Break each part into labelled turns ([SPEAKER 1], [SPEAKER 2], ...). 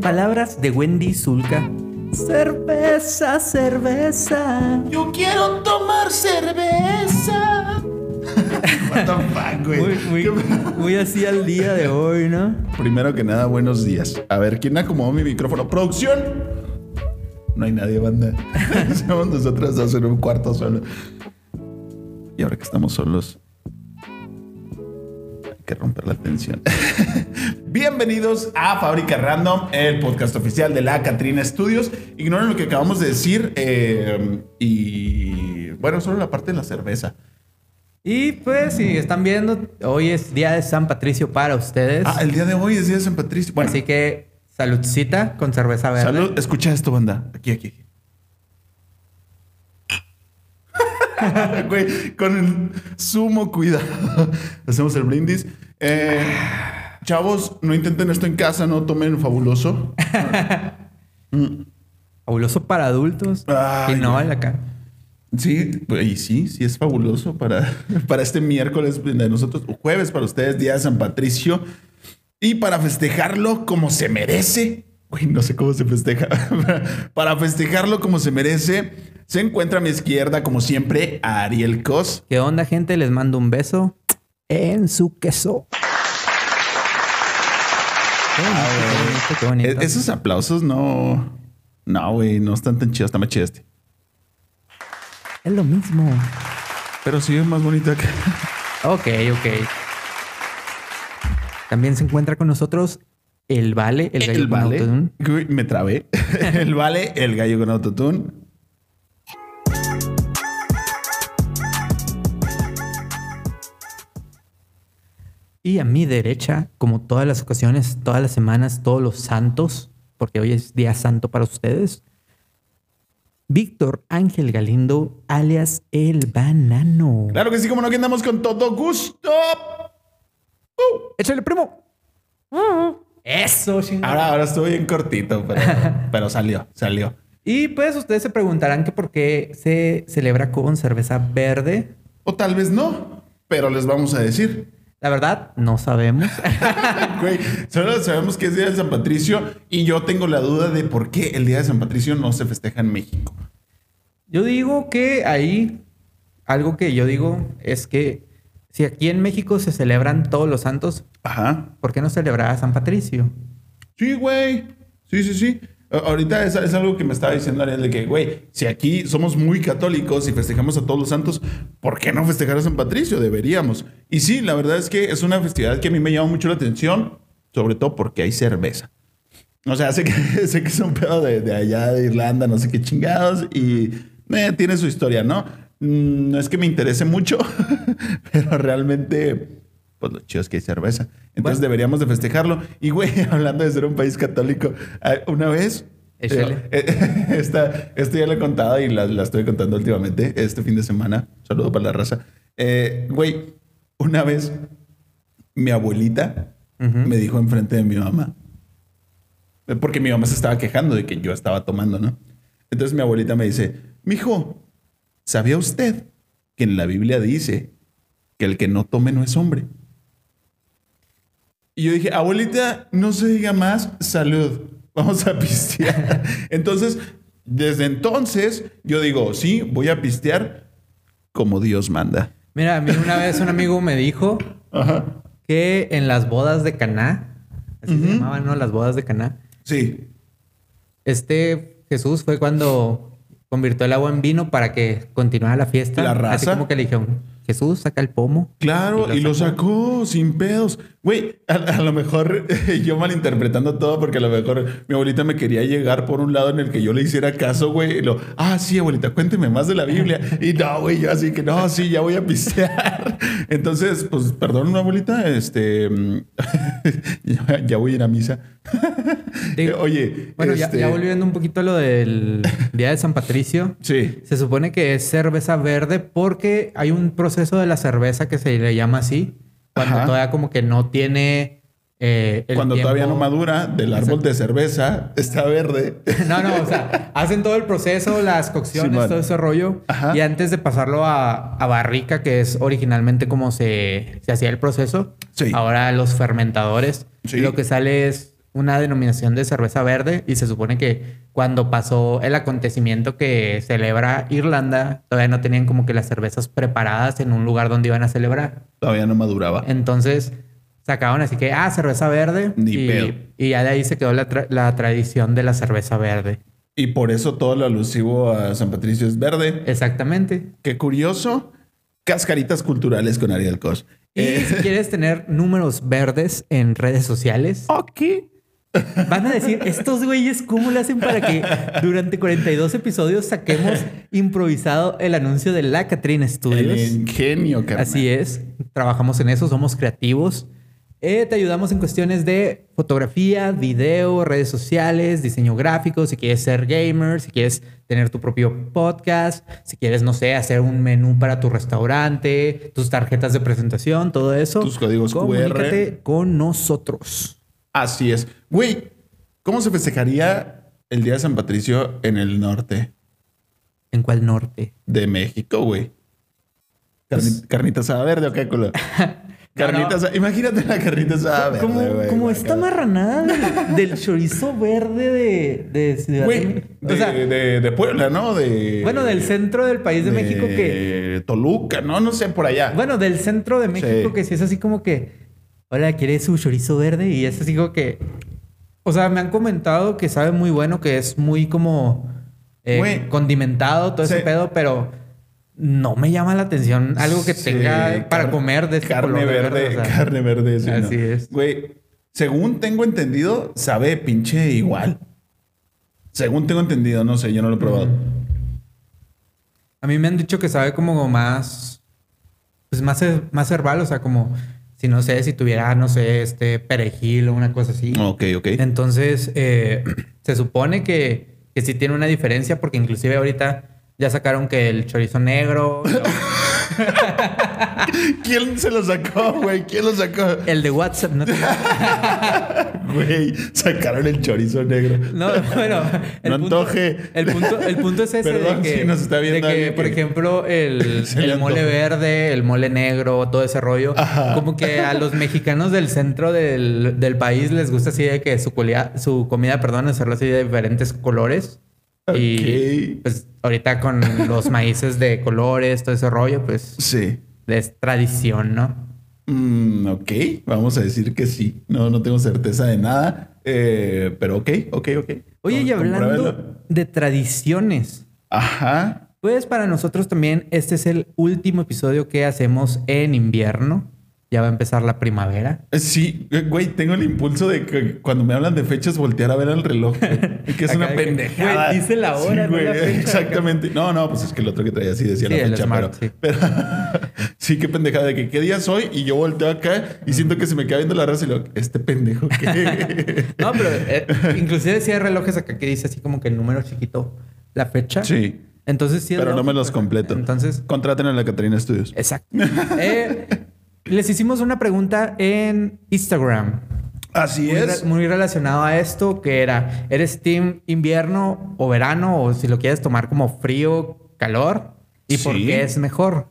[SPEAKER 1] Palabras de Wendy Zulka. Cerveza, cerveza.
[SPEAKER 2] Yo quiero tomar cerveza. What the fuck, güey.
[SPEAKER 1] Muy, muy, muy así al día de hoy, ¿no?
[SPEAKER 2] Primero que nada, buenos días. A ver, ¿quién acomodó mi micrófono? ¡Producción! No hay nadie, banda. Somos nosotros dos en un cuarto solo. Y ahora que estamos solos, hay que romper la tensión. Bienvenidos a Fábrica Random, el podcast oficial de la Catrina Studios. Ignoren lo que acabamos de decir eh, y bueno, solo la parte de la cerveza.
[SPEAKER 1] Y pues, si están viendo, hoy es día de San Patricio para ustedes.
[SPEAKER 2] Ah, el día de hoy es día de San Patricio. Bueno,
[SPEAKER 1] Así que saludcita con cerveza verde.
[SPEAKER 2] salud. Escucha esto, banda. Aquí, aquí. aquí. Güey, con el sumo cuidado. Hacemos el brindis. Eh, chavos, no intenten esto en casa, no tomen fabuloso.
[SPEAKER 1] Fabuloso para adultos.
[SPEAKER 2] Ay,
[SPEAKER 1] y no vale acá.
[SPEAKER 2] Sí, y sí, sí es fabuloso para, para este miércoles de nosotros, o jueves para ustedes, Día de San Patricio. Y para festejarlo como se merece, güey, no sé cómo se festeja, para festejarlo como se merece, se encuentra a mi izquierda, como siempre, a Ariel Cos.
[SPEAKER 1] ¿Qué onda, gente? Les mando un beso en su queso. Qué bonito, qué bonito, qué
[SPEAKER 2] Ah, E-
[SPEAKER 1] bonito.
[SPEAKER 2] Esos aplausos no, no, güey, no están tan chidos, está más chido este.
[SPEAKER 1] Es lo mismo.
[SPEAKER 2] Pero sí es más bonito que...
[SPEAKER 1] Ok, ok. También se encuentra con nosotros el Vale, el gallo con autotune.
[SPEAKER 2] Güey, Me trabé. el vale, el gallo con autotune.
[SPEAKER 1] Y a mi derecha, como todas las ocasiones, todas las semanas, todos los santos, porque hoy es día santo para ustedes, Víctor Ángel Galindo, alias El Banano.
[SPEAKER 2] Claro que sí, como no, que andamos con todo gusto.
[SPEAKER 1] ¡Échale, primo! Eso, chingada.
[SPEAKER 2] Ahora, ahora estuvo bien cortito, pero, pero salió, salió.
[SPEAKER 1] Y pues ustedes se preguntarán que por qué se celebra con cerveza verde.
[SPEAKER 2] O tal vez no, pero les vamos a decir.
[SPEAKER 1] La verdad, no sabemos.
[SPEAKER 2] Güey, solo sabemos que es Día de San Patricio y yo tengo la duda de por qué el Día de San Patricio no se festeja en México.
[SPEAKER 1] Yo digo que ahí algo que yo digo es que si aquí en México se celebran todos los santos,
[SPEAKER 2] Ajá.
[SPEAKER 1] ¿por qué no celebrar a San Patricio?
[SPEAKER 2] Sí, güey. Sí, sí, sí. A- Ahorita es, es algo que me estaba diciendo Ariel de que, güey, si aquí somos muy católicos y festejamos a todos los santos, ¿por qué no festejar a San Patricio? Deberíamos. Y sí, la verdad es que es una festividad que a mí me llama mucho la atención, sobre todo porque hay cerveza. O sea, sé que, sé que es un pedo de, de allá de Irlanda, no sé qué chingados, y eh, tiene su historia, ¿no? Mm, No es que me interese mucho, pero realmente, pues lo chido es que hay cerveza. Entonces
[SPEAKER 1] Bueno.
[SPEAKER 2] deberíamos de festejarlo. Y güey, hablando de ser un país católico, eh, una vez...
[SPEAKER 1] Échale.
[SPEAKER 2] eh, esta, esto ya lo he contado y la, la estoy contando últimamente, este fin de semana. Saludo para la raza. Eh, güey, una vez mi abuelita me dijo enfrente de mi mamá, porque mi mamá se estaba quejando de que yo estaba tomando, ¿no? Entonces mi abuelita me dice, mijo, ¿sabía usted que en la Biblia dice que el que no tome no es hombre? Y yo dije, abuelita, no se diga más, salud, vamos a pistear. entonces, desde entonces, yo digo, sí, voy a pistear como Dios manda.
[SPEAKER 1] Mira, a mí una vez un amigo me dijo
[SPEAKER 2] Ajá.
[SPEAKER 1] que en las bodas de Caná, así se llamaban, ¿no? Las bodas de Caná.
[SPEAKER 2] Sí.
[SPEAKER 1] Este Jesús fue cuando convirtió el agua en vino para que continuara la fiesta.
[SPEAKER 2] La
[SPEAKER 1] Así
[SPEAKER 2] raza.
[SPEAKER 1] como que le dijeron, Jesús, saca el pomo.
[SPEAKER 2] Claro, y lo sacó sin pedos. Güey, a, a lo mejor yo malinterpretando todo porque a lo mejor mi abuelita me quería llegar por un lado en el que yo le hiciera caso, güey. y lo, ah, sí, abuelita, cuénteme más de la Biblia. Y no, güey, yo así que no, sí, ya voy a pisear. Entonces, pues, perdón, abuelita, este, mm, ya, ya voy a ir a misa.
[SPEAKER 1] Digo,
[SPEAKER 2] Eh, Oye,
[SPEAKER 1] Bueno, ya-
[SPEAKER 2] este,
[SPEAKER 1] ya, volviendo un poquito a lo del Día de San Patricio.
[SPEAKER 2] Sí,
[SPEAKER 1] Se supone que es cerveza verde porque hay un proceso de la cerveza que se le llama así. Cuando
[SPEAKER 2] Ajá.
[SPEAKER 1] todavía como que no tiene... eh, el
[SPEAKER 2] cuando todavía no
[SPEAKER 1] tiempo-
[SPEAKER 2] madura, del árbol de cerveza está verde.
[SPEAKER 1] No, no, o sea, hacen todo el proceso, las cocciones,
[SPEAKER 2] Simón.
[SPEAKER 1] todo ese rollo.
[SPEAKER 2] Ajá.
[SPEAKER 1] Y antes de pasarlo a, a barrica, que es originalmente como se, se hacía el proceso,
[SPEAKER 2] Sí.
[SPEAKER 1] ahora los fermentadores,
[SPEAKER 2] Sí.
[SPEAKER 1] lo que sale es una denominación de cerveza verde y se supone que cuando pasó el acontecimiento que celebra Irlanda, todavía no tenían como que las cervezas preparadas en un lugar donde iban a celebrar.
[SPEAKER 2] Todavía no maduraba.
[SPEAKER 1] Entonces sacaban así que, ah, cerveza verde.
[SPEAKER 2] Ni pedo.
[SPEAKER 1] y, y ya de ahí se quedó la, tra- la tradición de la cerveza verde.
[SPEAKER 2] Y por eso todo lo alusivo a San Patricio es verde.
[SPEAKER 1] Exactamente.
[SPEAKER 2] Qué curioso. Cascaritas culturales con Ariel Cos.
[SPEAKER 1] Y
[SPEAKER 2] Eh.
[SPEAKER 1] si quieres tener números verdes en redes sociales,
[SPEAKER 2] ok.
[SPEAKER 1] Van a decir, estos güeyes, ¿cómo le hacen para que durante 42 episodios saquemos improvisado el anuncio de la Catrina
[SPEAKER 2] El
[SPEAKER 1] Studios?
[SPEAKER 2] ingenio, carnal.
[SPEAKER 1] Así es, trabajamos en eso, somos creativos. Eh, te ayudamos en cuestiones de fotografía, video, redes sociales, diseño gráfico, si quieres ser gamer, si quieres tener tu propio podcast, si quieres, no sé, hacer un menú para tu restaurante, tus tarjetas de presentación, todo eso.
[SPEAKER 2] Tus códigos QR.
[SPEAKER 1] Comunícate con nosotros.
[SPEAKER 2] Así es. Güey, ¿cómo se festejaría el Día de San Patricio en el norte
[SPEAKER 1] ¿En cuál norte?
[SPEAKER 2] de México, güey?
[SPEAKER 1] Pues-
[SPEAKER 2] Carni- carnita asada verde o qué culo? Carnita asada- Imagínate la carnita asada verde.
[SPEAKER 1] Como,
[SPEAKER 2] güey,
[SPEAKER 1] como
[SPEAKER 2] güey,
[SPEAKER 1] Pues, esta
[SPEAKER 2] cabrón.
[SPEAKER 1] marranada del, del chorizo verde de, de Ciudad
[SPEAKER 2] Güey,
[SPEAKER 1] de
[SPEAKER 2] de,
[SPEAKER 1] México. O sea,
[SPEAKER 2] de- de Puebla, ¿no? De,
[SPEAKER 1] bueno, del centro del país de, México que.
[SPEAKER 2] de Toluca, ¿no? No sé, por allá.
[SPEAKER 1] Bueno, del centro de México
[SPEAKER 2] Sí.
[SPEAKER 1] que sí es así como que. Hola, ¿quieres su chorizo verde? Y es así como que. O sea, me han comentado que sabe muy bueno, que es muy como. eh,
[SPEAKER 2] Güey.
[SPEAKER 1] condimentado, todo ese
[SPEAKER 2] Sí.
[SPEAKER 1] pedo, pero. No me llama la atención algo que
[SPEAKER 2] Sí,
[SPEAKER 1] tenga para
[SPEAKER 2] car-
[SPEAKER 1] comer de este
[SPEAKER 2] carne
[SPEAKER 1] color de
[SPEAKER 2] verde,
[SPEAKER 1] o sea.
[SPEAKER 2] carne verde. sí,
[SPEAKER 1] así
[SPEAKER 2] no.
[SPEAKER 1] es.
[SPEAKER 2] Güey, según tengo entendido, sabe pinche igual. Según tengo entendido, no sé, yo no lo he probado.
[SPEAKER 1] A mí me han dicho que sabe como más. Pues más, her- más herbal, o sea, como si no sé, si tuviera, no sé, este perejil o una cosa así.
[SPEAKER 2] Ok, ok.
[SPEAKER 1] Entonces, eh, se supone que, que sí tiene una diferencia, porque inclusive ahorita ya sacaron que el chorizo negro,
[SPEAKER 2] ¿Quién se lo sacó, güey? ¿Quién lo sacó?
[SPEAKER 1] el de WhatsApp, no,
[SPEAKER 2] Güey, sacaron el chorizo negro.
[SPEAKER 1] No, bueno.
[SPEAKER 2] No antoje.
[SPEAKER 1] El punto, el punto es ese
[SPEAKER 2] Perdón
[SPEAKER 1] de que,
[SPEAKER 2] si nos está viendo
[SPEAKER 1] de que,
[SPEAKER 2] alguien
[SPEAKER 1] por
[SPEAKER 2] que-
[SPEAKER 1] ejemplo, el,
[SPEAKER 2] Se le
[SPEAKER 1] el mole
[SPEAKER 2] antoja.
[SPEAKER 1] verde, el mole negro, todo ese rollo.
[SPEAKER 2] Ajá.
[SPEAKER 1] Como que a los mexicanos del centro del, del país les gusta así de que su, culia- su comida, perdón, hacerlo así de diferentes colores. Y
[SPEAKER 2] Ok.
[SPEAKER 1] pues ahorita con los maíces de colores, todo ese rollo, pues
[SPEAKER 2] Sí.
[SPEAKER 1] es tradición, ¿no?
[SPEAKER 2] Mm, ok, vamos a decir que sí. No, no tengo certeza de nada. eh, pero ok, ok, ok.
[SPEAKER 1] Oye, y
[SPEAKER 2] Compruébelo.
[SPEAKER 1] hablando de tradiciones,
[SPEAKER 2] Ajá.
[SPEAKER 1] Pues para nosotros también este es el último episodio que hacemos en invierno. Ya va a empezar la primavera.
[SPEAKER 2] Eh, Sí, güey, tengo el impulso de que cuando me hablan de fechas voltear a ver al reloj, güey, que es
[SPEAKER 1] Acá
[SPEAKER 2] una
[SPEAKER 1] de que,
[SPEAKER 2] pendejada.
[SPEAKER 1] güey, dice la hora, no la fecha.
[SPEAKER 2] exactamente. No, no, pues es que el otro que traía así decía
[SPEAKER 1] Sí,
[SPEAKER 2] la
[SPEAKER 1] el
[SPEAKER 2] fecha,
[SPEAKER 1] Smart,
[SPEAKER 2] pero,
[SPEAKER 1] sí.
[SPEAKER 2] pero- sí. qué pendejada de que qué día soy y yo volteo acá y siento que se me queda viendo la raza y lo, este pendejo que
[SPEAKER 1] No, pero eh, inclusive sí hay relojes acá que dice así como que el número chiquito, la fecha.
[SPEAKER 2] Sí.
[SPEAKER 1] Entonces sí. es
[SPEAKER 2] pero no me
[SPEAKER 1] lógico.
[SPEAKER 2] los completo.
[SPEAKER 1] Entonces,
[SPEAKER 2] contraten a la Catarina Studios.
[SPEAKER 1] exacto. Eh, les hicimos una pregunta en Instagram.
[SPEAKER 2] Así
[SPEAKER 1] Muy,
[SPEAKER 2] es.
[SPEAKER 1] re- muy relacionado a esto, que era, ¿eres team invierno o verano? O si lo quieres tomar como frío, calor. ¿Y por
[SPEAKER 2] Sí.
[SPEAKER 1] qué es mejor?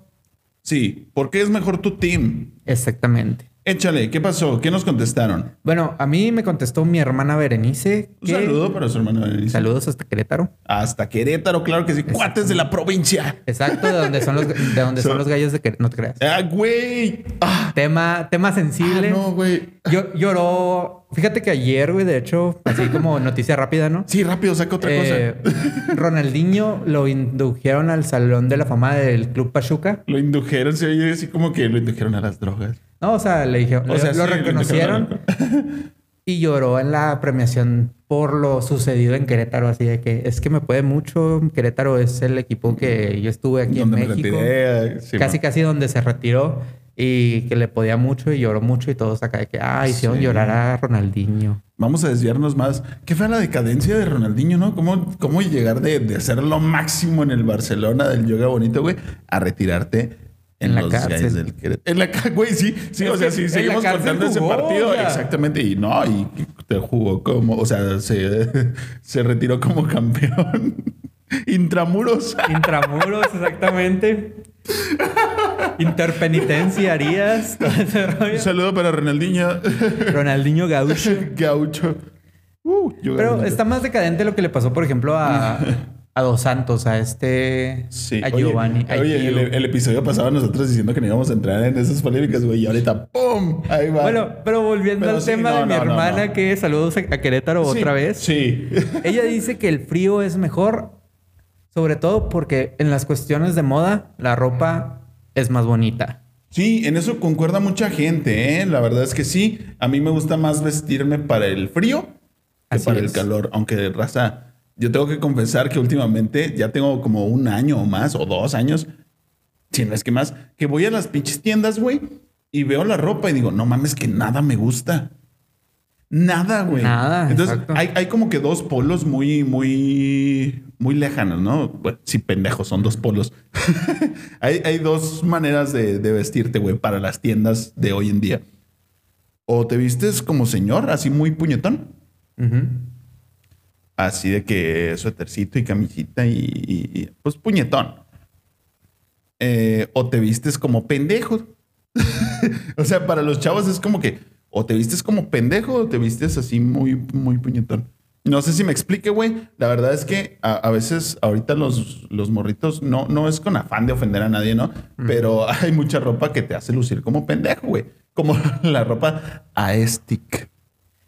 [SPEAKER 2] Sí, ¿por qué es mejor tu team?
[SPEAKER 1] Exactamente.
[SPEAKER 2] Échale, ¿qué pasó? ¿Qué nos contestaron?
[SPEAKER 1] Bueno, a mí me contestó mi hermana Berenice.
[SPEAKER 2] Un
[SPEAKER 1] que-
[SPEAKER 2] saludo para su hermano. Denise.
[SPEAKER 1] Saludos hasta Querétaro.
[SPEAKER 2] Hasta Querétaro, claro que sí. Cuates de la provincia.
[SPEAKER 1] Exacto, de donde son los, de donde son los gallos de Querétaro. No te creas.
[SPEAKER 2] Ah, güey. Ah,
[SPEAKER 1] Tema, tema sensible.
[SPEAKER 2] ah, no, güey.
[SPEAKER 1] Yo, lloró. Fíjate que ayer, güey, de hecho, así como noticia rápida, ¿no?
[SPEAKER 2] Sí, rápido, saca otra
[SPEAKER 1] Eh,
[SPEAKER 2] cosa.
[SPEAKER 1] Ronaldinho lo indujeron al Salón de la Fama del Club Pachuca.
[SPEAKER 2] Lo indujeron, se oye así como que lo indujeron a las drogas.
[SPEAKER 1] No, o sea, le dijeron,
[SPEAKER 2] O sea,
[SPEAKER 1] lo
[SPEAKER 2] sí, lo
[SPEAKER 1] reconocieron y lloró en la premiación por lo sucedido en Querétaro. Así de que es que me puede mucho. Querétaro es el equipo que yo estuve aquí
[SPEAKER 2] Donde me
[SPEAKER 1] en México.
[SPEAKER 2] retiré. eh, sí,
[SPEAKER 1] casi,
[SPEAKER 2] ma.
[SPEAKER 1] casi donde se retiró y que le podía mucho y lloró mucho y todos acá de que, ah, hicieron
[SPEAKER 2] Sí.
[SPEAKER 1] llorar a Ronaldinho.
[SPEAKER 2] Vamos a desviarnos más. Qué fue la decadencia de Ronaldinho, ¿no? ¿Cómo, cómo llegar de, de ser lo máximo en el Barcelona del yoga bonito, güey, a retirarte en,
[SPEAKER 1] En la
[SPEAKER 2] los
[SPEAKER 1] cárcel.
[SPEAKER 2] guys del Querétaro? En la cárcel, güey, sí. Sí,
[SPEAKER 1] Es
[SPEAKER 2] o sea,
[SPEAKER 1] que
[SPEAKER 2] sí,
[SPEAKER 1] en
[SPEAKER 2] seguimos
[SPEAKER 1] la cárcel
[SPEAKER 2] contando ese
[SPEAKER 1] jugó,
[SPEAKER 2] partido.
[SPEAKER 1] o sea.
[SPEAKER 2] Exactamente. Y no, y te jugó como, o sea, se, se retiró como campeón. Intramuros.
[SPEAKER 1] Intramuros, exactamente. Interpenitenciarías. todo ese rollo.
[SPEAKER 2] Un saludo para Ronaldinho
[SPEAKER 1] Ronaldinho Gaucho.
[SPEAKER 2] Gaucho. Uh, yo
[SPEAKER 1] Pero
[SPEAKER 2] galindo.
[SPEAKER 1] está más decadente lo que le pasó, por ejemplo, a, a Dos Santos, a este.
[SPEAKER 2] Sí.
[SPEAKER 1] A
[SPEAKER 2] Oye,
[SPEAKER 1] Giovanni. a
[SPEAKER 2] Oye, el,
[SPEAKER 1] Gio.
[SPEAKER 2] el episodio pasado nosotros diciendo que no íbamos a entrar en esas polémicas, güey. Y ahorita, ¡pum! Ahí va.
[SPEAKER 1] Bueno, pero volviendo
[SPEAKER 2] Pero
[SPEAKER 1] al
[SPEAKER 2] sí,
[SPEAKER 1] tema
[SPEAKER 2] no,
[SPEAKER 1] de mi
[SPEAKER 2] no, no,
[SPEAKER 1] hermana,
[SPEAKER 2] no.
[SPEAKER 1] que saludos a, a Querétaro
[SPEAKER 2] Sí,
[SPEAKER 1] otra vez.
[SPEAKER 2] Sí.
[SPEAKER 1] Ella dice que el frío es mejor, sobre todo porque en las cuestiones de moda, la ropa es más bonita.
[SPEAKER 2] Sí, en eso concuerda mucha gente, ¿eh? La verdad es que sí. A mí me gusta más vestirme para el frío que
[SPEAKER 1] Así
[SPEAKER 2] para el
[SPEAKER 1] es.
[SPEAKER 2] calor. Aunque, raza, yo tengo que confesar que últimamente ya tengo como un año o más, o dos años, si no es que más, que voy a las pinches tiendas, güey, y veo la ropa y digo, no mames, que nada me gusta. Nada, güey.
[SPEAKER 1] Nada,
[SPEAKER 2] Entonces,
[SPEAKER 1] exacto.
[SPEAKER 2] hay, hay como que dos polos muy, muy, muy lejanos, ¿no? Bueno, sí, pendejos, son dos polos. hay, hay dos maneras de, de vestirte, güey, para las tiendas de hoy en día. O te vistes como señor, así muy puñetón,
[SPEAKER 1] Ujú.
[SPEAKER 2] así de que suétercito y camisita y, y- y, pues puñetón. Eh, o te vistes como pendejo. o sea, para los chavos es como que o te vistes como pendejo o te vistes así muy, muy puñetón. No sé si me explique, güey. La verdad es que a, a veces ahorita los, los morritos no, no es con afán de ofender a nadie, ¿no?
[SPEAKER 1] Mm.
[SPEAKER 2] Pero hay mucha ropa que te hace lucir como pendejo, güey. Como la ropa aestic.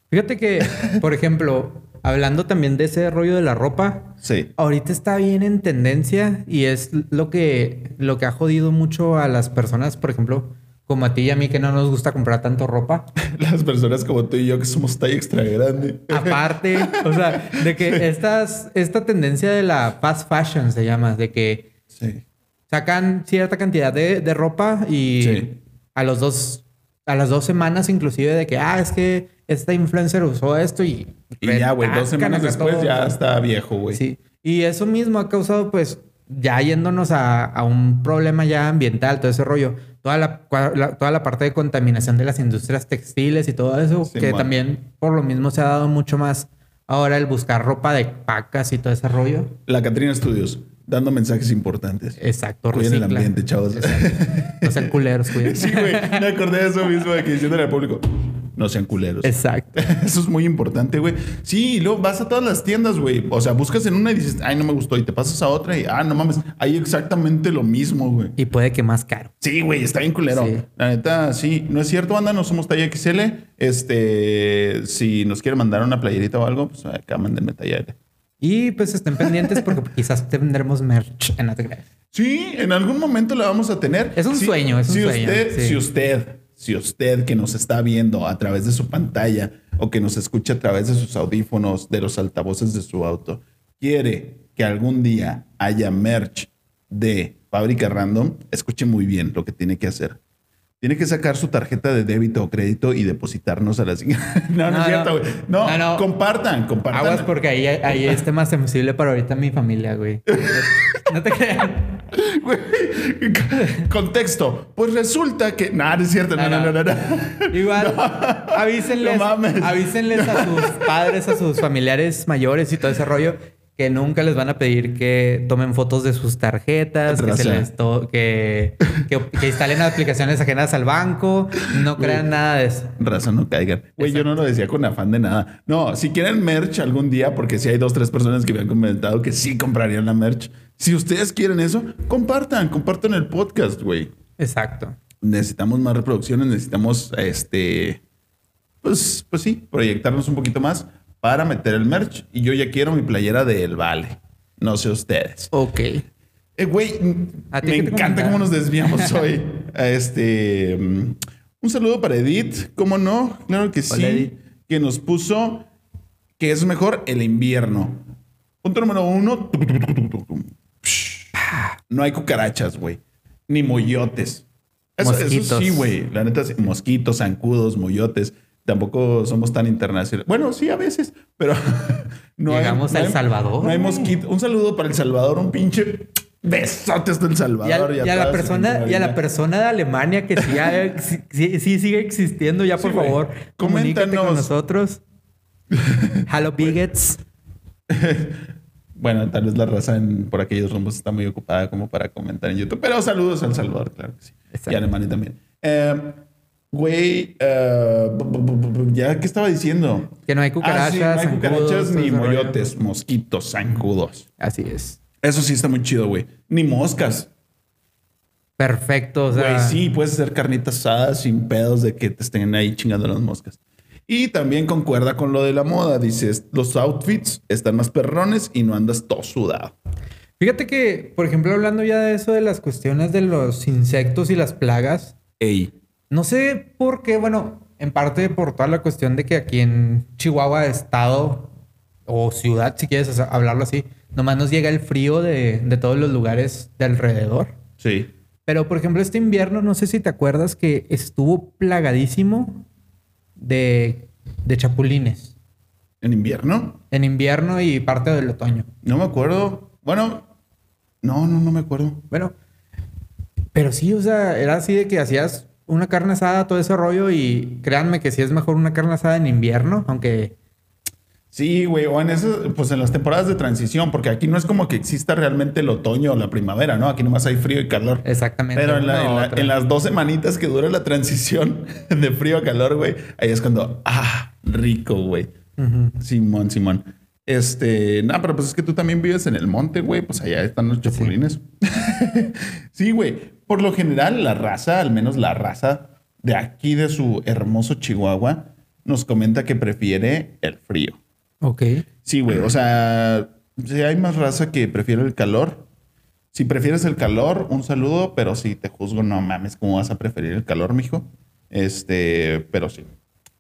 [SPEAKER 1] Fíjate que, por ejemplo, hablando también de ese rollo de la ropa,
[SPEAKER 2] Sí.
[SPEAKER 1] ahorita está bien en tendencia y es lo que, lo que ha jodido mucho a las personas, por ejemplo, como a ti y a mí que no nos gusta comprar tanto ropa.
[SPEAKER 2] Las personas como tú y yo que somos talla extra grande.
[SPEAKER 1] Ah. Aparte, o sea, de que estas, esta tendencia de la fast fashion se llama, de que
[SPEAKER 2] Sí.
[SPEAKER 1] sacan cierta cantidad de, de ropa y
[SPEAKER 2] Sí.
[SPEAKER 1] a los dos, a las dos semanas inclusive de que, ah, es que esta influencer usó esto y...
[SPEAKER 2] Y ya, güey, dos
[SPEAKER 1] retacan
[SPEAKER 2] semanas
[SPEAKER 1] acá
[SPEAKER 2] después
[SPEAKER 1] todo.
[SPEAKER 2] ya está viejo, güey.
[SPEAKER 1] Sí. Y eso mismo ha causado, pues, ya yéndonos a, a un problema ya ambiental, todo ese rollo. Toda la, cua- la- toda la parte de contaminación de las industrias textiles y todo eso,
[SPEAKER 2] Sí,
[SPEAKER 1] que
[SPEAKER 2] bueno.
[SPEAKER 1] también por lo mismo se ha dado mucho más ahora el buscar ropa de pacas y todo ese rollo.
[SPEAKER 2] La Catrina Studios, dando mensajes importantes.
[SPEAKER 1] Exacto,
[SPEAKER 2] Cuiden el
[SPEAKER 1] Eh, recicla.
[SPEAKER 2] ambiente, chavos.
[SPEAKER 1] No sean culeros, cuiden.
[SPEAKER 2] Sí, güey. Me acordé de eso mismo de que diciéndole al público, no sean culeros.
[SPEAKER 1] Exacto.
[SPEAKER 2] Eso es muy importante, güey. Sí, y luego vas a todas las tiendas, güey. O sea, buscas en una y dices, ay, no me gustó. Y te pasas a otra y, ah, no mames. Hay exactamente lo mismo, güey.
[SPEAKER 1] Y puede que más caro.
[SPEAKER 2] Sí, güey, está bien culero.
[SPEAKER 1] Sí.
[SPEAKER 2] La neta, sí. No es cierto, banda, no somos talla XL. Este, si nos quieren mandar una playerita o algo, pues acá mándenme talla L.
[SPEAKER 1] Y pues estén pendientes porque quizás tendremos merch en la
[SPEAKER 2] Sí, en algún momento la vamos a tener.
[SPEAKER 1] Es un
[SPEAKER 2] Sí,
[SPEAKER 1] sueño, es un
[SPEAKER 2] si
[SPEAKER 1] sueño,
[SPEAKER 2] Usted,
[SPEAKER 1] sí.
[SPEAKER 2] Si usted, si usted que nos está viendo a través de su pantalla o que nos escucha a través de sus audífonos, de los altavoces de su auto, quiere que algún día haya merch de Fábrica Random, escuche muy bien lo que tiene que hacer. Tiene que sacar su tarjeta de débito o crédito y depositarnos a las... No, no,
[SPEAKER 1] No,
[SPEAKER 2] es cierto,
[SPEAKER 1] no.
[SPEAKER 2] güey.
[SPEAKER 1] No,
[SPEAKER 2] No,
[SPEAKER 1] no.
[SPEAKER 2] compartan, compartan.
[SPEAKER 1] Aguas porque ahí, ahí es tema sensible para ahorita mi familia, güey. No te creas.
[SPEAKER 2] Güey, Contexto. Pues resulta que. Nah, no es cierto. No, no, no, no. no.
[SPEAKER 1] Igual,
[SPEAKER 2] No.
[SPEAKER 1] avísenles,
[SPEAKER 2] No mames.
[SPEAKER 1] avísenles a sus padres, a sus familiares mayores y todo ese rollo que nunca les van a pedir que tomen fotos de sus tarjetas, que, se
[SPEAKER 2] Raza.
[SPEAKER 1] les to- que, que- que instalen aplicaciones ajenas al banco, no crean nada de eso.
[SPEAKER 2] Raza, no caigan. Güey, yo no lo decía con afán de nada. No, si quieren merch algún día, porque si hay dos, tres personas que me han comentado que sí comprarían la merch. Si ustedes quieren eso, compartan, compartan el podcast, güey.
[SPEAKER 1] Exacto.
[SPEAKER 2] Necesitamos más reproducciones, necesitamos este. Pues, pues sí, proyectarnos un poquito más para meter el merch. Y yo ya quiero mi playera de El Vale. No sé ustedes.
[SPEAKER 1] Ok.
[SPEAKER 2] Eh, güey,
[SPEAKER 1] ¿A ti
[SPEAKER 2] me
[SPEAKER 1] qué te
[SPEAKER 2] encanta
[SPEAKER 1] comentaron?
[SPEAKER 2] cómo nos desviamos hoy. Este, mm, un saludo para Edith, ¿cómo no? Claro que sí.
[SPEAKER 1] Hola, Edith.
[SPEAKER 2] Que nos puso que es mejor el invierno. Punto número uno. No hay cucarachas, güey. Ni moyotes. Eso, eso
[SPEAKER 1] Mosquitos.
[SPEAKER 2] sí, güey. La neta, sí. mosquitos, zancudos, moyotes. Tampoco somos tan internacionales. Bueno, sí, a veces, pero no hay-
[SPEAKER 1] Llegamos a
[SPEAKER 2] no
[SPEAKER 1] El
[SPEAKER 2] hay-
[SPEAKER 1] Salvador,
[SPEAKER 2] No hay
[SPEAKER 1] güey.
[SPEAKER 2] mosquitos. Un saludo para El Salvador, un pinche besote hasta El
[SPEAKER 1] Y a,
[SPEAKER 2] Salvador.
[SPEAKER 1] y a la
[SPEAKER 2] todas
[SPEAKER 1] persona,
[SPEAKER 2] sus
[SPEAKER 1] y a la
[SPEAKER 2] maravillas.
[SPEAKER 1] persona de Alemania que sí, ha- sí- sí- sí sigue existiendo, ya por
[SPEAKER 2] Sí, güey.
[SPEAKER 1] favor, comunícate con
[SPEAKER 2] Coméntanos.
[SPEAKER 1] nosotros. Hello, bigots.
[SPEAKER 2] Bueno, tal vez la raza en- por aquellos rumbos está muy ocupada como para comentar en YouTube. Pero saludos a El Salvador, claro que sí.
[SPEAKER 1] Exacto.
[SPEAKER 2] Y a Alemania también. Eh, Güey, eh, bu- bu- bu- bu- ya, ¿qué estaba diciendo?
[SPEAKER 1] Que no hay
[SPEAKER 2] Ah, sí,
[SPEAKER 1] cucarachas,
[SPEAKER 2] no hay cucarachas
[SPEAKER 1] zancudos,
[SPEAKER 2] ni
[SPEAKER 1] todo ese rollo.
[SPEAKER 2] moyotes, mosquitos, zancudos.
[SPEAKER 1] Así es.
[SPEAKER 2] Eso sí está muy chido, güey. Ni moscas.
[SPEAKER 1] Perfecto. O sea,
[SPEAKER 2] Güey, sí, puedes hacer carnitas asadas sin pedos de que te estén ahí chingando las moscas. Y también concuerda con lo de la moda. Dices, los outfits están más perrones y no andas todo sudado.
[SPEAKER 1] Fíjate que, por ejemplo, hablando ya de eso, de las cuestiones de los insectos y las plagas,
[SPEAKER 2] Ey.
[SPEAKER 1] no sé por qué, bueno, en parte por toda la cuestión de que aquí en Chihuahua, estado o ciudad, si quieres o sea, hablarlo así, nomás nos llega el frío de, de todos los lugares de alrededor.
[SPEAKER 2] Sí.
[SPEAKER 1] Pero, por ejemplo, este invierno, no sé si te acuerdas que estuvo plagadísimo de, de chapulines
[SPEAKER 2] ¿En invierno?
[SPEAKER 1] en invierno y parte del otoño.
[SPEAKER 2] No me acuerdo. Bueno, no, no, no me acuerdo.
[SPEAKER 1] Bueno, pero sí, o sea, era así de que hacías una carne asada, todo ese rollo, y créanme que sí es mejor una carne asada en invierno, aunque
[SPEAKER 2] Sí, güey, o en esas, pues en las temporadas de transición, porque aquí no es como que exista realmente el otoño o la primavera, ¿no? Aquí nomás hay frío y calor.
[SPEAKER 1] exactamente.
[SPEAKER 2] Pero en, la-
[SPEAKER 1] una
[SPEAKER 2] en
[SPEAKER 1] u
[SPEAKER 2] la-
[SPEAKER 1] otra.
[SPEAKER 2] en las dos semanitas que dura la transición de frío a calor, güey, ahí es cuando, ah, rico, güey.
[SPEAKER 1] Ujú.
[SPEAKER 2] Simón, Simón. Este, nada, pero pues es que tú también vives en el monte, güey, pues allá están los chapulines. Sí, güey. Por lo general, la raza, al menos la raza de aquí de su hermoso Chihuahua, nos comenta que prefiere el frío.
[SPEAKER 1] Ok.
[SPEAKER 2] Sí, güey. O sea, si hay más raza que prefiere el calor. Si prefieres el calor, un saludo, pero si te juzgo, no mames, ¿cómo vas a preferir el calor, mijo? Este, pero sí.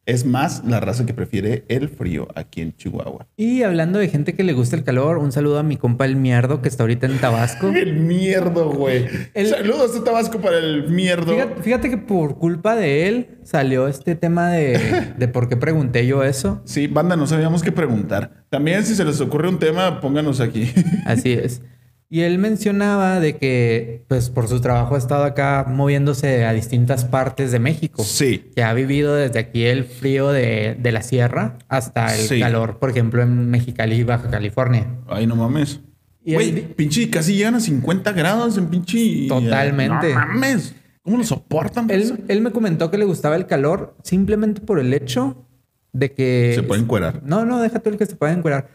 [SPEAKER 2] Es más la raza que prefiere el frío aquí en Chihuahua.
[SPEAKER 1] Y hablando de gente que le gusta el calor, un saludo a mi compa el mierdo que está ahorita en Tabasco.
[SPEAKER 2] El mierdo, güey.
[SPEAKER 1] El-
[SPEAKER 2] Saludos a Tabasco para el mierdo.
[SPEAKER 1] Fíjate, fíjate que por culpa de él salió este tema de, de por qué pregunté yo eso.
[SPEAKER 2] Sí, banda, no sabíamos qué preguntar. También si se les ocurre un tema, pónganos aquí.
[SPEAKER 1] Así es. Y él mencionaba de que, pues por su trabajo ha estado acá moviéndose a distintas partes de México.
[SPEAKER 2] sí.
[SPEAKER 1] que ha vivido desde aquí el frío de, de la sierra hasta el
[SPEAKER 2] Sí.
[SPEAKER 1] calor, por ejemplo, en Mexicali, Baja California.
[SPEAKER 2] Ay, no mames.
[SPEAKER 1] Y
[SPEAKER 2] Güey,
[SPEAKER 1] el-
[SPEAKER 2] pinche, casi llegan a 50 grados en pinche.
[SPEAKER 1] Totalmente.
[SPEAKER 2] No mames. ¿Cómo lo soportan?
[SPEAKER 1] Él, él me comentó que le gustaba el calor simplemente por el hecho de que...
[SPEAKER 2] Se pueden cuerar.
[SPEAKER 1] No, no, deja tú el que se pueden curar.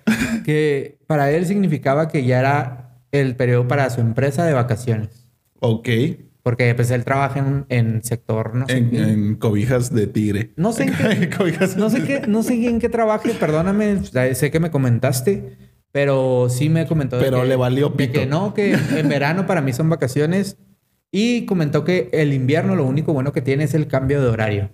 [SPEAKER 1] que para él significaba que ya era el periodo para su empresa de vacaciones.
[SPEAKER 2] Ok. En,
[SPEAKER 1] Porque pues él trabaja en, en sector, no sé qué.
[SPEAKER 2] en cobijas de tigre.
[SPEAKER 1] No sé en qué-
[SPEAKER 2] cobijas
[SPEAKER 1] No sé qué, no sé en qué trabaje, perdóname, o sea, sé que me comentaste, pero sí me comentó. de
[SPEAKER 2] Pero
[SPEAKER 1] que-
[SPEAKER 2] le valió
[SPEAKER 1] de
[SPEAKER 2] pito.
[SPEAKER 1] que no, que en verano para mí son vacaciones. Y comentó que el invierno lo único bueno que tiene es el cambio de horario.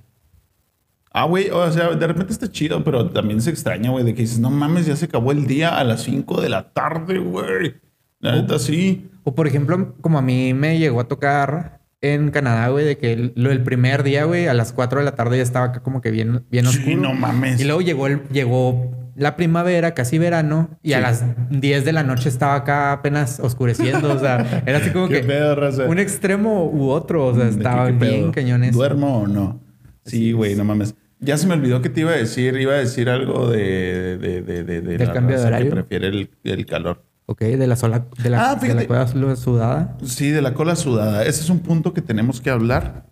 [SPEAKER 2] Ah, güey, o sea, de repente está chido, pero también se extraña, güey, de que dices, no mames, ya se acabó el día a las 5 de la tarde, güey. La neta, sí.
[SPEAKER 1] O por ejemplo, como a mí me llegó a tocar en Canadá, güey, de que el- lo el primer día, güey, a las 4 de la tarde ya estaba acá como que bien, bien
[SPEAKER 2] Sí,
[SPEAKER 1] oscuro.
[SPEAKER 2] no mames.
[SPEAKER 1] Y luego llegó, el- llegó la primavera, casi verano, y a
[SPEAKER 2] Sí.
[SPEAKER 1] las 10 de la noche estaba acá apenas oscureciendo. O sea, era así como
[SPEAKER 2] Qué
[SPEAKER 1] que
[SPEAKER 2] pedo, raza.
[SPEAKER 1] un extremo u otro. O sea,
[SPEAKER 2] ¿De qué-
[SPEAKER 1] estaba
[SPEAKER 2] qué pedo?
[SPEAKER 1] bien cañones.
[SPEAKER 2] ¿Duermo o no? Sí, güey, no mames. Ya se me olvidó que te iba a decir. Iba a decir algo de... de, de, de, de
[SPEAKER 1] ¿Del
[SPEAKER 2] la
[SPEAKER 1] cambio de
[SPEAKER 2] raza
[SPEAKER 1] horario?
[SPEAKER 2] Que prefiere el, el calor.
[SPEAKER 1] Ok, de la sola, de la,
[SPEAKER 2] Ah,
[SPEAKER 1] de la
[SPEAKER 2] fíjate.
[SPEAKER 1] cueva solo sudada.
[SPEAKER 2] Sí, de la cola sudada. Ese es un punto que tenemos que hablar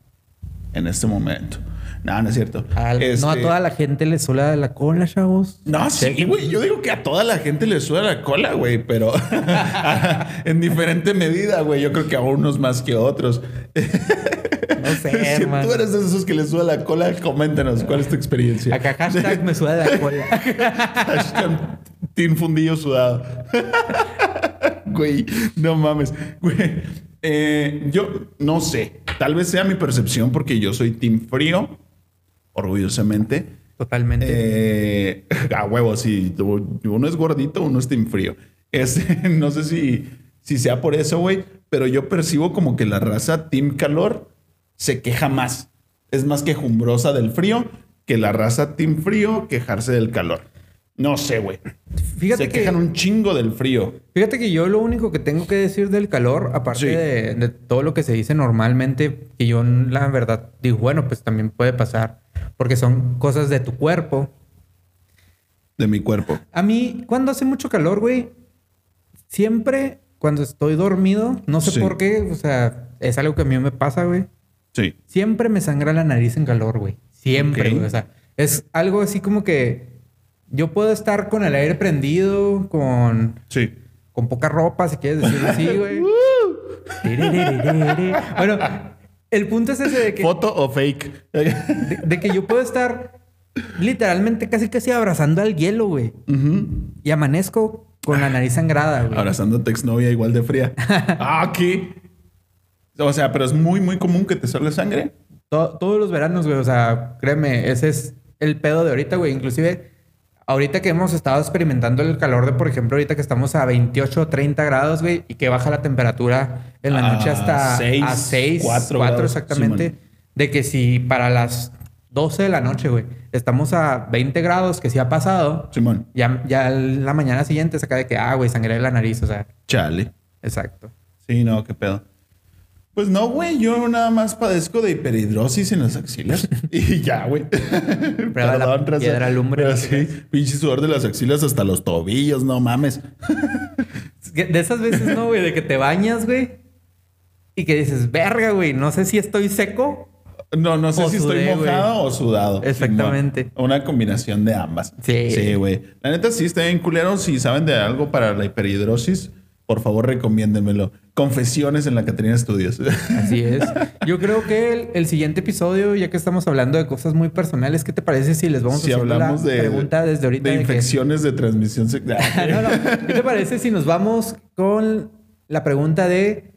[SPEAKER 2] en este momento. No, no es cierto.
[SPEAKER 1] A- No a
[SPEAKER 2] Este-
[SPEAKER 1] toda la gente le suela de la cola, chavos.
[SPEAKER 2] No, sí, güey. Yo digo que a toda la gente le suda la cola, güey, pero en diferente medida, güey. Yo creo que a unos más que a otros.
[SPEAKER 1] No sé,
[SPEAKER 2] si
[SPEAKER 1] hermano.
[SPEAKER 2] tú eres de esos que le suda la cola, coméntanos cuál es tu experiencia.
[SPEAKER 1] Acá hashtag me suela de la cola.
[SPEAKER 2] Hashtag Team Fundillo Sudado. Güey, no mames. Güey, eh, yo no sé. Tal vez sea mi percepción porque yo soy Team Frío, orgullosamente.
[SPEAKER 1] Totalmente.
[SPEAKER 2] Eh, a huevo, sí. Uno es gordito, uno es Team Frío. Este, no sé si, si sea por eso, güey, pero yo percibo como que la raza Team Calor se queja más. Es más quejumbrosa del frío que la raza Team Frío quejarse del calor. No sé, güey.
[SPEAKER 1] Fíjate
[SPEAKER 2] se
[SPEAKER 1] que-
[SPEAKER 2] quejan un chingo del frío.
[SPEAKER 1] Fíjate que yo lo único que tengo que decir del calor, aparte
[SPEAKER 2] Sí.
[SPEAKER 1] de, de todo lo que se dice normalmente, que yo la verdad digo, bueno, pues también puede pasar, porque son cosas de tu cuerpo.
[SPEAKER 2] De mi cuerpo.
[SPEAKER 1] A mí, cuando hace mucho calor, güey, siempre cuando estoy dormido, no sé
[SPEAKER 2] Sí.
[SPEAKER 1] por qué, o sea, es algo que a mí me pasa, güey.
[SPEAKER 2] Sí.
[SPEAKER 1] Siempre me sangra la nariz en calor, güey. Siempre,
[SPEAKER 2] Ok.
[SPEAKER 1] güey. O sea, es algo así como que yo puedo estar con el aire prendido, con,
[SPEAKER 2] Sí.
[SPEAKER 1] con poca ropa, si quieres decirlo así, güey. Tererererere. bueno, el punto es ese de que,
[SPEAKER 2] ¿Foto o fake?
[SPEAKER 1] de, de que yo puedo estar literalmente casi casi abrazando al hielo, güey.
[SPEAKER 2] Ujú.
[SPEAKER 1] Y amanezco con la nariz sangrada, güey.
[SPEAKER 2] Abrazando a tu exnovia igual de fría. ah, ¿qué? O sea, pero es muy, muy común que te salga sangre.
[SPEAKER 1] To- todos los veranos, güey. O sea, créeme, ese es el pedo de ahorita, güey. Inclusive, ahorita que hemos estado experimentando el calor de, por ejemplo, ahorita que estamos a 28 o 30 grados, güey, y que baja la temperatura en la
[SPEAKER 2] A
[SPEAKER 1] noche hasta
[SPEAKER 2] seis,
[SPEAKER 1] a 6,
[SPEAKER 2] cuatro
[SPEAKER 1] 4,
[SPEAKER 2] grados,
[SPEAKER 1] exactamente.
[SPEAKER 2] Simón.
[SPEAKER 1] de que si para las 12 de la noche, güey, estamos a 20 grados, que sí ha pasado,
[SPEAKER 2] Simón,
[SPEAKER 1] ya, ya la mañana siguiente saca de que, ah, güey, sangré de la nariz, o sea,
[SPEAKER 2] chale.
[SPEAKER 1] exacto.
[SPEAKER 2] Sí, no, qué pedo. Pues no, güey, yo nada más padezco de hiperhidrosis en las axilas. y ya, güey.
[SPEAKER 1] Prueba la
[SPEAKER 2] raza.
[SPEAKER 1] piedra lumbre.
[SPEAKER 2] Pero sí, pinche sudor de las axilas hasta los tobillos, no mames.
[SPEAKER 1] Que De esas veces, ¿no, güey? De que te bañas, güey. Y que dices, verga, güey, no sé si estoy seco.
[SPEAKER 2] No, no sé
[SPEAKER 1] O
[SPEAKER 2] si
[SPEAKER 1] sudé,
[SPEAKER 2] estoy
[SPEAKER 1] güey.
[SPEAKER 2] mojado o sudado.
[SPEAKER 1] Exactamente.
[SPEAKER 2] Simón. Una combinación de ambas.
[SPEAKER 1] Sí.
[SPEAKER 2] Sí, güey. La neta sí está bien culero. Si saben de algo para la hiperhidrosis, por favor recomiéndenmelo. Confesiones en la Caterina Studios.
[SPEAKER 1] Así es. Yo creo que el, el siguiente episodio, ya que estamos hablando de cosas muy personales, ¿qué te parece si les vamos
[SPEAKER 2] si
[SPEAKER 1] a hacer la
[SPEAKER 2] hablamos de,
[SPEAKER 1] pregunta desde ahorita? de
[SPEAKER 2] de
[SPEAKER 1] que- Ah,
[SPEAKER 2] infecciones de transmisión Ah, sexual.
[SPEAKER 1] no, no. ¿Qué te parece si nos vamos con la pregunta de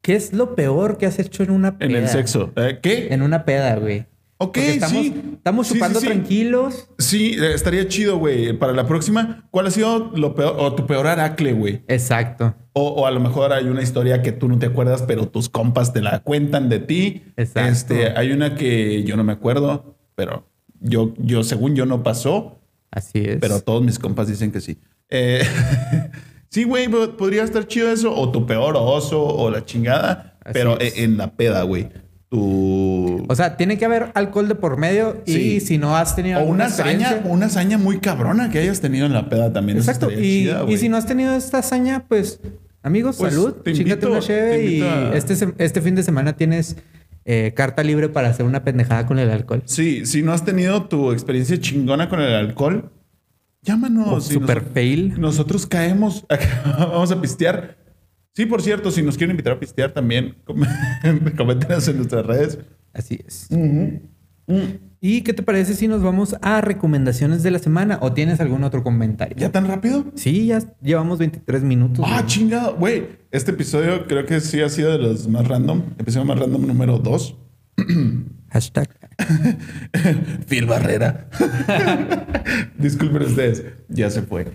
[SPEAKER 1] qué es lo peor que has hecho en una peda?
[SPEAKER 2] en el sexo. Eh, ¿Qué?
[SPEAKER 1] En una peda, güey.
[SPEAKER 2] Ok,
[SPEAKER 1] Porque estamos,
[SPEAKER 2] sí.
[SPEAKER 1] Estamos
[SPEAKER 2] Sí, sí,
[SPEAKER 1] chupando
[SPEAKER 2] sí.
[SPEAKER 1] tranquilos.
[SPEAKER 2] Sí, eh, estaría chido, güey. Para la próxima, ¿cuál ha sido lo peor o tu peor aracle, güey?
[SPEAKER 1] Exacto.
[SPEAKER 2] O, o a lo mejor hay una historia que tú no te acuerdas, pero tus compas te la cuentan de ti.
[SPEAKER 1] Exacto.
[SPEAKER 2] Este, hay una que yo no me acuerdo, pero yo, yo según yo no pasó,
[SPEAKER 1] Así es.
[SPEAKER 2] pero todos mis compas dicen que sí. Eh, sí, güey, po- podría estar chido eso. O tu peor oso o la chingada,
[SPEAKER 1] Así
[SPEAKER 2] pero
[SPEAKER 1] es.
[SPEAKER 2] e- en la peda, güey. Tu...
[SPEAKER 1] O sea, tiene que haber alcohol de por medio y
[SPEAKER 2] Sí.
[SPEAKER 1] si no has tenido
[SPEAKER 2] O
[SPEAKER 1] alguna
[SPEAKER 2] una hazaña,
[SPEAKER 1] experiencia-
[SPEAKER 2] una hazaña muy cabrona que hayas tenido en la peda también. Eso
[SPEAKER 1] Exacto.
[SPEAKER 2] estaría
[SPEAKER 1] Y,
[SPEAKER 2] chida,
[SPEAKER 1] y
[SPEAKER 2] güey.
[SPEAKER 1] si no has tenido esta hazaña, pues, amigos,
[SPEAKER 2] Pues,
[SPEAKER 1] salud.
[SPEAKER 2] te
[SPEAKER 1] Chíngate
[SPEAKER 2] invito-
[SPEAKER 1] una cheve
[SPEAKER 2] te
[SPEAKER 1] y
[SPEAKER 2] invito a-
[SPEAKER 1] este, sem- este fin de semana tienes eh, carta libre para hacer una pendejada con el alcohol.
[SPEAKER 2] Sí, si no has tenido tu experiencia chingona con el alcohol,
[SPEAKER 1] O
[SPEAKER 2] llámanos. Si
[SPEAKER 1] super
[SPEAKER 2] nos-
[SPEAKER 1] fail.
[SPEAKER 2] Nosotros caemos, vamos a pistear. Sí, por cierto, si nos quieren invitar a pistear también, com- coméntenos en nuestras redes.
[SPEAKER 1] Así es.
[SPEAKER 2] Mm,
[SPEAKER 1] ¿Y qué te parece si nos vamos a recomendaciones de la semana o tienes algún otro comentario?
[SPEAKER 2] ¿Ya tan rápido?
[SPEAKER 1] Sí, ya llevamos 23 minutos.
[SPEAKER 2] Ah,
[SPEAKER 1] güey.
[SPEAKER 2] chingado. Güey, este episodio creo que sí ha sido de los más random. Episodio más random número 2.
[SPEAKER 1] Hashtag.
[SPEAKER 2] Phil Barrera. Disculpen ustedes, ya se fue.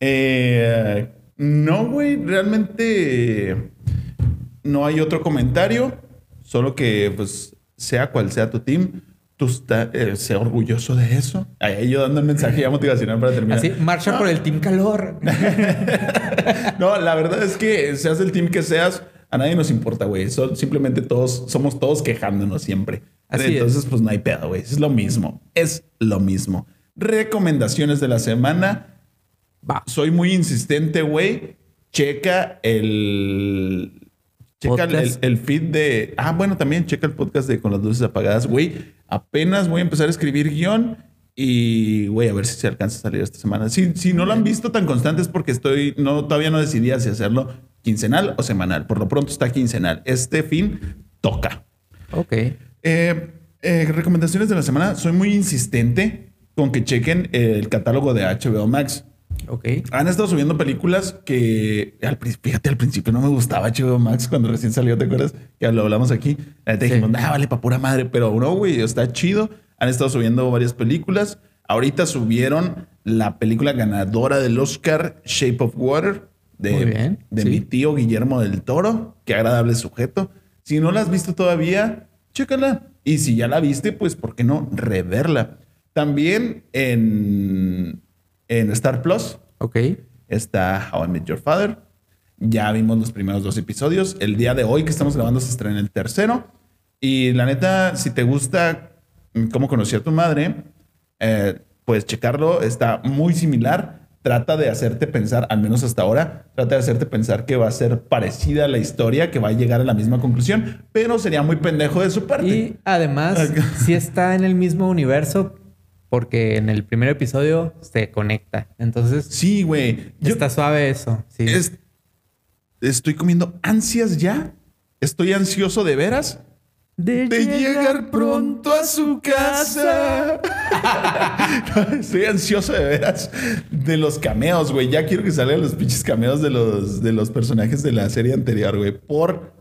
[SPEAKER 2] Eh, no, güey, realmente no hay otro comentario, solo que pues sea cual sea tu team, tú está, eh, sea orgulloso de eso. Ahí ahí yo dando el mensaje ya motivacional para terminar.
[SPEAKER 1] Así, marcha por
[SPEAKER 2] Ah.
[SPEAKER 1] el Team Calor.
[SPEAKER 2] No, la verdad es que seas del team que seas, a nadie nos importa, güey. Sol- Simplemente todos somos todos quejándonos siempre.
[SPEAKER 1] Así
[SPEAKER 2] Entonces, pues no hay pedo, güey. Es lo mismo. Es lo mismo. Recomendaciones de la semana.
[SPEAKER 1] Va.
[SPEAKER 2] Soy muy insistente, güey. Checa el. Checa el,
[SPEAKER 1] Podcast.
[SPEAKER 2] el feed de. Ah, bueno, también checa el podcast de Con las luces apagadas, güey. Apenas voy a empezar a escribir guión y, güey, a ver si se alcanza a salir esta semana. Si, si no lo han visto tan constante es porque estoy. No, todavía no decidía si hacerlo quincenal o semanal. Por lo pronto está quincenal. Este fin toca.
[SPEAKER 1] Ok.
[SPEAKER 2] Eh, eh, recomendaciones de la semana. Soy muy insistente con que chequen el catálogo de HBO Max.
[SPEAKER 1] Ok.
[SPEAKER 2] Han estado subiendo películas que, al, pri- fíjate, al principio no me gustaba HBO Max cuando recién salió, ¿te acuerdas? Que lo hablamos aquí. La neta
[SPEAKER 1] Sí.
[SPEAKER 2] dijimos, nah, vale, pa' pura madre, pero no, güey, está chido. Han estado subiendo varias películas. Ahorita subieron la película ganadora del Oscar, Shape of Water,
[SPEAKER 1] Muy
[SPEAKER 2] de,
[SPEAKER 1] bien,
[SPEAKER 2] de
[SPEAKER 1] sí.
[SPEAKER 2] mi tío Guillermo del Toro. Qué agradable sujeto. Si no la has visto todavía, chécala. Y si ya la viste, pues, ¿por qué no reverla? También en, en Star Plus
[SPEAKER 1] Ok.
[SPEAKER 2] está How I Met Your Father. Ya vimos los primeros dos episodios. El día de hoy que estamos grabando se estrena el tercero. Y la neta, si te gusta mm, cómo conocí a tu madre, eh, puedes checarlo. Está pues muy similar. trata de hacerte pensar, al menos hasta ahora, trata de hacerte pensar que va a ser parecida a la historia, que va a llegar a la misma conclusión, pero sería muy pendejo de su parte.
[SPEAKER 1] Y además,
[SPEAKER 2] Acá.
[SPEAKER 1] sí está en el mismo universo, porque en el primer episodio se conecta. Entonces,
[SPEAKER 2] Sí, güey. Yo
[SPEAKER 1] está suave eso. Sí.
[SPEAKER 2] es- estoy comiendo ansias ya. Estoy ansioso de veras de llegar pronto a su casa. Estoy ansioso de veras de los cameos, güey. Ya quiero que salgan los pinches cameos de los, de los personajes de la serie anterior, güey. Por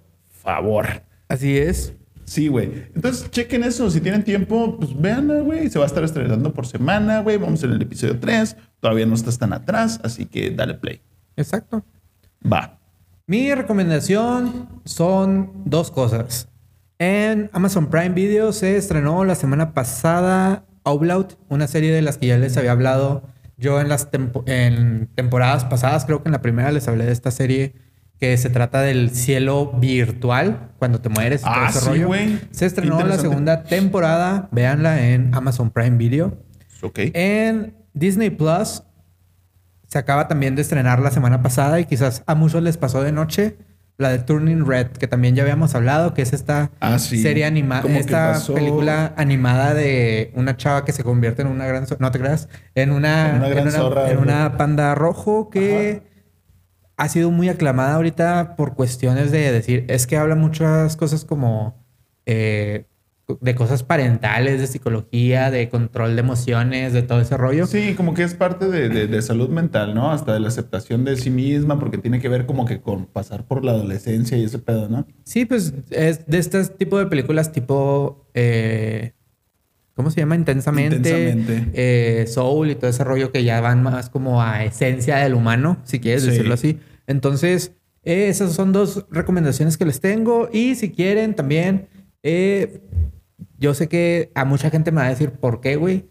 [SPEAKER 2] favor.
[SPEAKER 1] Así es.
[SPEAKER 2] Sí, güey. Entonces, chequen eso. Si tienen tiempo, pues vean, güey. Se va a estar estrenando por semana, güey. Vamos en el episodio 3. Todavía no estás tan atrás, así que dale play.
[SPEAKER 1] Exacto.
[SPEAKER 2] Va.
[SPEAKER 1] Mi recomendación son dos cosas. En Amazon Prime Video se estrenó la semana pasada Outlaut, una serie de las que ya les había hablado yo en las tempo- en temporadas pasadas. Creo que en la primera les hablé de esta serie que se trata del cielo virtual cuando te mueres. y todo
[SPEAKER 2] Ah,
[SPEAKER 1] ese
[SPEAKER 2] sí,
[SPEAKER 1] rollo.
[SPEAKER 2] güey.
[SPEAKER 1] Se estrenó la
[SPEAKER 2] Interesante.
[SPEAKER 1] segunda temporada. Véanla en Amazon Prime Video.
[SPEAKER 2] Ok.
[SPEAKER 1] En Disney Plus se acaba también de estrenar la semana pasada y quizás a muchos les pasó de noche la de Turning Red, que también ya habíamos hablado, que es esta
[SPEAKER 2] Ah, sí.
[SPEAKER 1] serie animada,
[SPEAKER 2] Como que
[SPEAKER 1] esta
[SPEAKER 2] pasó-
[SPEAKER 1] película animada de una chava que se convierte en una gran, zo- no te creas, en una,
[SPEAKER 2] En una gran zorra,
[SPEAKER 1] en
[SPEAKER 2] güey.
[SPEAKER 1] una panda rojo que ha sido muy aclamada ahorita por cuestiones de decir, es que habla muchas cosas como eh, de cosas parentales, de psicología, de control de emociones, de todo ese rollo.
[SPEAKER 2] Sí, como que es parte de, de- de salud mental, ¿no? Hasta de la aceptación de sí misma, porque tiene que ver como que con pasar por la adolescencia y ese pedo, ¿no?
[SPEAKER 1] Sí, pues es de este tipo de películas tipo... eh, ¿Cómo se llama? Intensamente.
[SPEAKER 2] Intensamente.
[SPEAKER 1] eh, soul y todo ese rollo que ya van más como a esencia del humano, si quieres
[SPEAKER 2] Sí.
[SPEAKER 1] decirlo así. Entonces, eh, esas son dos recomendaciones que les tengo. Y si quieren también, eh, yo sé que a mucha gente me va a decir, ¿por qué, güey?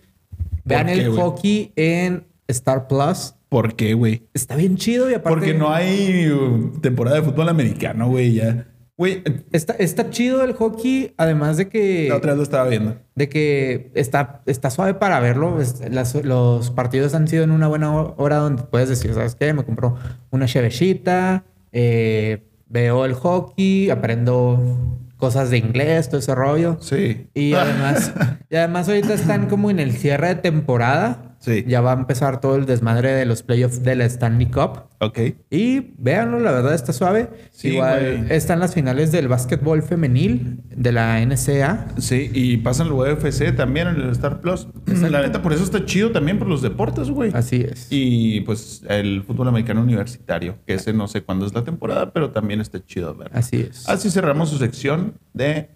[SPEAKER 1] Vean
[SPEAKER 2] qué,
[SPEAKER 1] el
[SPEAKER 2] güey?
[SPEAKER 1] hockey en Star Plus.
[SPEAKER 2] ¿Por qué, güey?
[SPEAKER 1] Está bien chido y aparte...
[SPEAKER 2] Porque no hay uh, temporada de fútbol americano, güey, ya. Güey, eh,
[SPEAKER 1] Está, está chido el hockey, además de que...
[SPEAKER 2] la otra vez lo estaba viendo.
[SPEAKER 1] de que está, está suave para verlo. Es- las- los partidos han sido en una buena ho- hora donde puedes decir, ¿sabes qué? Me compro una chevechita, eh, veo el hockey, aprendo cosas de inglés, todo ese rollo.
[SPEAKER 2] Sí.
[SPEAKER 1] Y además, y además ahorita están como en el cierre de temporada.
[SPEAKER 2] Sí.
[SPEAKER 1] Ya va a empezar todo el desmadre de los playoffs de la Stanley Cup.
[SPEAKER 2] Ok.
[SPEAKER 1] Y véanlo, la verdad está suave.
[SPEAKER 2] Sí,
[SPEAKER 1] Igual
[SPEAKER 2] güey.
[SPEAKER 1] están las finales del básquetbol femenil de la NCAA.
[SPEAKER 2] Sí, y pasan lo UFC también en el Star Plus. La neta, por eso está chido también por los deportes, güey.
[SPEAKER 1] Así es.
[SPEAKER 2] Y pues el fútbol americano universitario, que ese no sé cuándo es la temporada, pero también está chido ver.
[SPEAKER 1] Así es.
[SPEAKER 2] Así cerramos su sección de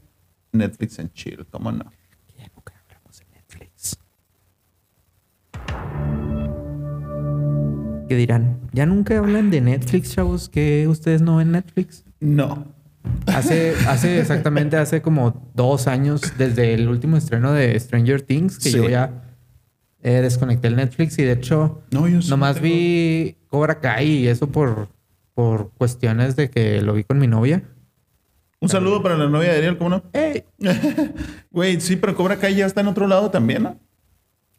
[SPEAKER 2] Netflix and Chill, ¿cómo no?
[SPEAKER 1] ¿Qué dirán? ¿Ya nunca hablan de Netflix, chavos? ¿Que ustedes no ven Netflix?
[SPEAKER 2] No.
[SPEAKER 1] Hace, hace exactamente, hace como dos años, desde el último estreno de Stranger Things, que
[SPEAKER 2] Sí.
[SPEAKER 1] yo ya eh, desconecté el Netflix y de hecho
[SPEAKER 2] No, yo sí
[SPEAKER 1] nomás
[SPEAKER 2] tengo-
[SPEAKER 1] vi Cobra Kai y eso por, por cuestiones de que lo vi con mi novia.
[SPEAKER 2] Un saludo para la novia de Ariel, ¿cómo no?
[SPEAKER 1] ¡Ey!
[SPEAKER 2] Güey, sí, pero Cobra Kai ya está en otro lado también, ¿no?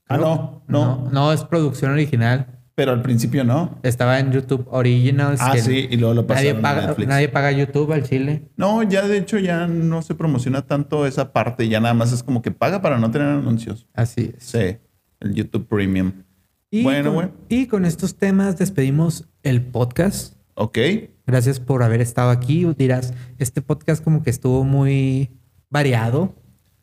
[SPEAKER 2] Ah, no, no,
[SPEAKER 1] no, es producción original.
[SPEAKER 2] Pero al principio no.
[SPEAKER 1] Estaba en YouTube Originals.
[SPEAKER 2] Ah,
[SPEAKER 1] que
[SPEAKER 2] sí, y luego lo
[SPEAKER 1] nadie
[SPEAKER 2] pasaron a
[SPEAKER 1] paga,
[SPEAKER 2] Netflix.
[SPEAKER 1] nadie paga YouTube al chile.
[SPEAKER 2] No, ya de hecho ya no se promociona tanto esa parte, ya nada más es como que paga para no tener anuncios.
[SPEAKER 1] Así es.
[SPEAKER 2] Sí, el YouTube Premium.
[SPEAKER 1] Y
[SPEAKER 2] bueno,
[SPEAKER 1] con,
[SPEAKER 2] güey.
[SPEAKER 1] Y con estos temas despedimos el podcast.
[SPEAKER 2] Ok.
[SPEAKER 1] Gracias por haber estado aquí. Dirás, este podcast como que estuvo muy variado.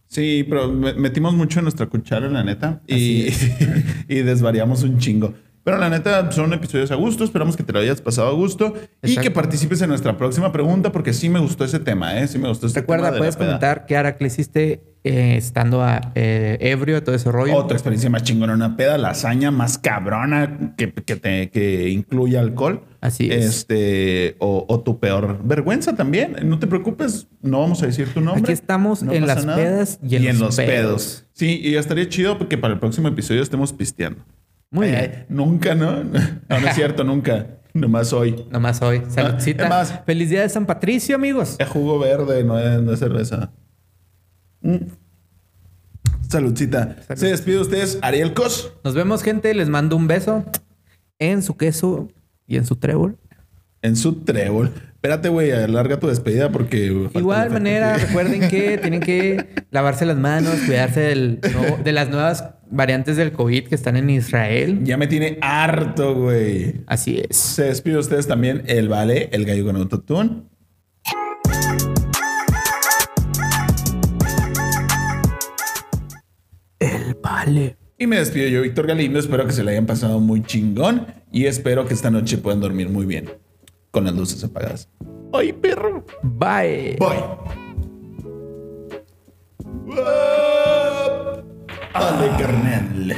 [SPEAKER 2] Sí, pero me- metimos mucho en nuestra cuchara, la neta, y, y desvariamos un chingo. Pero la neta, son episodios a gusto, esperamos que te lo hayas pasado a gusto y
[SPEAKER 1] Exacto.
[SPEAKER 2] que participes en nuestra próxima pregunta, porque sí me gustó ese tema, ¿eh? Sí me gustó ese tema.
[SPEAKER 1] Recuerda,
[SPEAKER 2] de
[SPEAKER 1] puedes
[SPEAKER 2] la peda.
[SPEAKER 1] comentar qué Ara, que hiciste eh, estando a, eh, ebrio, todo ese rollo.
[SPEAKER 2] Otra experiencia más chingona, una peda, lasaña más cabrona que, que, te- que incluya alcohol.
[SPEAKER 1] Así es.
[SPEAKER 2] Este, o, o tu peor vergüenza también. No te preocupes, no vamos a decir tu nombre.
[SPEAKER 1] Aquí estamos
[SPEAKER 2] No
[SPEAKER 1] en
[SPEAKER 2] pasa
[SPEAKER 1] las pedas y en los pedos.
[SPEAKER 2] Sí, y estaría chido porque para el próximo episodio estemos pisteando.
[SPEAKER 1] Muy
[SPEAKER 2] Ay,
[SPEAKER 1] bien.
[SPEAKER 2] ay, Nunca, ¿no? No, no es cierto, nunca. Nomás hoy.
[SPEAKER 1] Nomás hoy. Saludcita.
[SPEAKER 2] Ah, es más-
[SPEAKER 1] Feliz día de San Patricio, amigos.
[SPEAKER 2] Es jugo verde, no es, no es cerveza. Mm. Saludcita.
[SPEAKER 1] Salud.
[SPEAKER 2] Se despide de ustedes, Ariel Cos.
[SPEAKER 1] Nos vemos, gente. Les mando un beso. en su queso y en su trébol.
[SPEAKER 2] En su trébol. Espérate, güey, alarga tu despedida porque. falta
[SPEAKER 1] Igual
[SPEAKER 2] el factor
[SPEAKER 1] manera,
[SPEAKER 2] que-
[SPEAKER 1] recuerden que tienen que lavarse las manos, cuidarse del nuevo- de las nuevas variantes del COVID que están en Israel.
[SPEAKER 2] Ya me tiene harto, güey.
[SPEAKER 1] Así es.
[SPEAKER 2] Se despide de ustedes también el Vale, el gallo con autotune.
[SPEAKER 1] Vale.
[SPEAKER 2] Y me despido yo, Víctor Galindo. Espero que se le hayan pasado muy chingón. Y espero que esta noche puedan dormir muy bien. Con las luces apagadas. ¡Ay, perro!
[SPEAKER 1] Bye.
[SPEAKER 2] Voy. ¡Ale, carnal!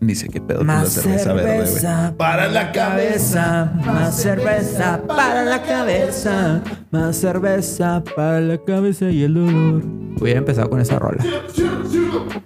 [SPEAKER 2] Ni sé qué pedo con la
[SPEAKER 1] Más
[SPEAKER 2] cerveza verde, güey.
[SPEAKER 1] cerveza
[SPEAKER 2] ¡Para la cabeza!
[SPEAKER 1] más cerveza para la cabeza, más cerveza para la cabeza y el dolor. Hubiera empezado con esa rola.
[SPEAKER 2] cabeza.